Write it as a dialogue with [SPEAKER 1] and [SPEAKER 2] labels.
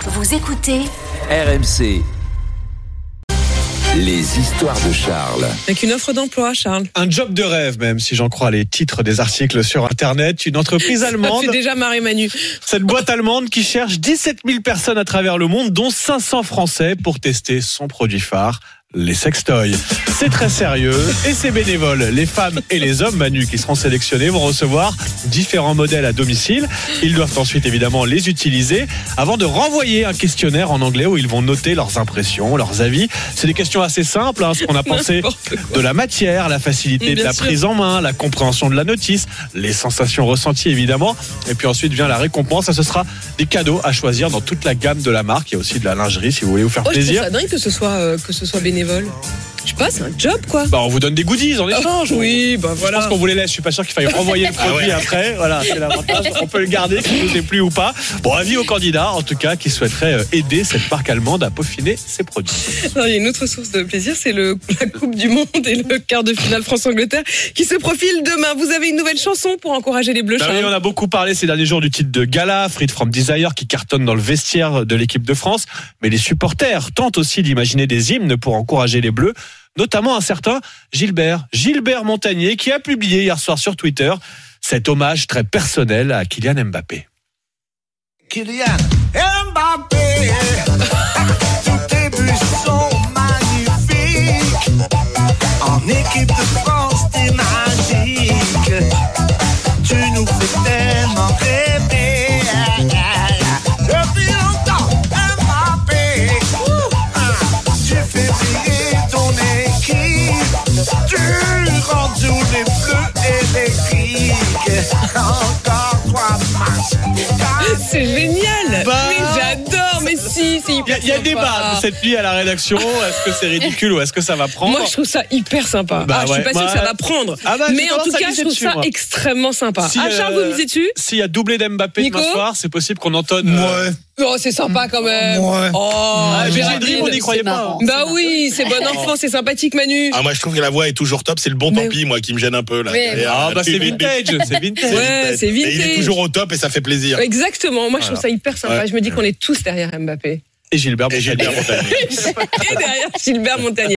[SPEAKER 1] Vous écoutez
[SPEAKER 2] RMC. Les histoires de Charles.
[SPEAKER 3] Avec une offre d'emploi, Charles.
[SPEAKER 4] Un job de rêve même, si j'en crois les titres des articles sur Internet. Une entreprise
[SPEAKER 3] Ça
[SPEAKER 4] allemande,
[SPEAKER 3] fait Ah, déjà marrer Manu.
[SPEAKER 4] cette boîte allemande qui cherche 17 000 personnes à travers le monde, dont 500 Français, pour tester son produit phare. Les sextoys. C'est très sérieux et c'est bénévole. Les femmes et les hommes, Manu, qui seront sélectionnés, vont recevoir différents modèles à domicile. Ils doivent ensuite évidemment les utiliser avant de renvoyer un questionnaire en anglais où ils vont noter leurs impressions, leurs avis. C'est des questions assez simples, hein, ce qu'on a pensé
[SPEAKER 3] N'importe
[SPEAKER 4] de la matière, la facilité
[SPEAKER 3] Mais
[SPEAKER 4] de la
[SPEAKER 3] bien sûr.
[SPEAKER 4] prise en main, la compréhension de la notice, les sensations ressenties évidemment. Et puis ensuite vient la récompense. Ça, ce sera des cadeaux à choisir dans toute la gamme de la marque. Il y a aussi de la lingerie si vous voulez vous faire
[SPEAKER 3] Oh, je trouve
[SPEAKER 4] plaisir.
[SPEAKER 3] ça dingue que ce soit, euh, que ce soit bénévole. Je sais pas, c'est un job, quoi.
[SPEAKER 4] Bah, on vous donne des goodies en échange.
[SPEAKER 3] oui, bah
[SPEAKER 4] Je pense
[SPEAKER 3] voilà.
[SPEAKER 4] qu'on vous les laisse. Je suis pas sûr qu'il faille renvoyer le produit après. Voilà, c'est l'avantage. On peut le garder qu'il nous ait plu ou pas. Bon, avis aux candidats, en tout cas, qui souhaiteraient euh, aider cette marque allemande à peaufiner ses produits.
[SPEAKER 3] Non, il y a une autre source de plaisir, c'est le, la Coupe du Monde et le quart de finale France-Angleterre qui se profile demain. Vous avez une nouvelle chanson pour encourager les Bleus,
[SPEAKER 4] Bah oui,
[SPEAKER 3] Charles.
[SPEAKER 4] on a beaucoup parlé ces derniers jours du titre de gala, Fried from Desire, qui cartonne dans le vestiaire de l'équipe de France. Mais les supporters tentent aussi d'imaginer des hymnes pour encourager les Bleus, notamment un certain Gilbert, Gilbert Montagnier, qui a publié hier soir sur Twitter cet hommage très personnel à Kylian Mbappé.
[SPEAKER 5] Kylian Mbappé. Tous tes buts sont magnifiques. En équipe de France, t'es magique. Tu nous fais tellement rêver. Depuis longtemps, Mbappé. Ah, Tu fais briller ton équipe. Tu rends tous les bleus électriques. Encore trois matchs.
[SPEAKER 3] C'est génial.
[SPEAKER 4] Bah.
[SPEAKER 3] Mais j'adore, mais si, c'est
[SPEAKER 4] Il y a,
[SPEAKER 3] hyper
[SPEAKER 4] il y a
[SPEAKER 3] sympa.
[SPEAKER 4] débat cette nuit à la rédaction. Est-ce que c'est ridicule ou est-ce que ça va prendre
[SPEAKER 3] Moi, je trouve ça hyper sympa. ah,
[SPEAKER 4] Bah
[SPEAKER 3] je suis
[SPEAKER 4] ouais.
[SPEAKER 3] pas sûre
[SPEAKER 4] Bah,
[SPEAKER 3] que ça va prendre.
[SPEAKER 4] ah bah, j'ai
[SPEAKER 3] mais en
[SPEAKER 4] tendance
[SPEAKER 3] tout
[SPEAKER 4] à
[SPEAKER 3] cas, je
[SPEAKER 4] miser
[SPEAKER 3] trouve
[SPEAKER 4] dessus,
[SPEAKER 3] ça
[SPEAKER 4] moi.
[SPEAKER 3] extrêmement sympa.
[SPEAKER 4] Si,
[SPEAKER 3] ah, Charles,
[SPEAKER 4] euh,
[SPEAKER 3] vous misez dessus
[SPEAKER 4] S'il y a doublé d'Mbappé demain
[SPEAKER 3] Nico
[SPEAKER 4] soir, c'est possible qu'on entonne. euh,
[SPEAKER 6] Ouais.
[SPEAKER 3] Oh, c'est sympa quand même.
[SPEAKER 6] Ouais.
[SPEAKER 3] Oh,
[SPEAKER 4] ah, Géraldine,
[SPEAKER 3] Géraldine.
[SPEAKER 4] on n'y croyait pas. hein.
[SPEAKER 3] Bah oui, c'est bon enfant, c'est sympathique Manu.
[SPEAKER 6] Ah, moi, je trouve que la voix est toujours top. C'est le bon
[SPEAKER 3] Mais
[SPEAKER 6] tant pis, moi, qui me gêne un peu, là. euh,
[SPEAKER 3] Mais-
[SPEAKER 6] Derrière,
[SPEAKER 4] Ah
[SPEAKER 6] là,
[SPEAKER 4] bah c'est
[SPEAKER 6] bip, bip, bip.
[SPEAKER 4] vintage, c'est vintage.
[SPEAKER 3] ouais, c'est
[SPEAKER 6] Mais il est
[SPEAKER 3] vintage.
[SPEAKER 6] toujours au top et ça fait plaisir.
[SPEAKER 3] Exactement, moi je trouve ça hyper sympa.
[SPEAKER 6] Ah. Ouais.
[SPEAKER 3] Je me dis qu'on est tous derrière Mbappé.
[SPEAKER 4] Et Gilbert
[SPEAKER 6] Et
[SPEAKER 4] Montagnier.
[SPEAKER 6] Gilbert Montagnier.
[SPEAKER 3] Et derrière Gilbert Montagnier.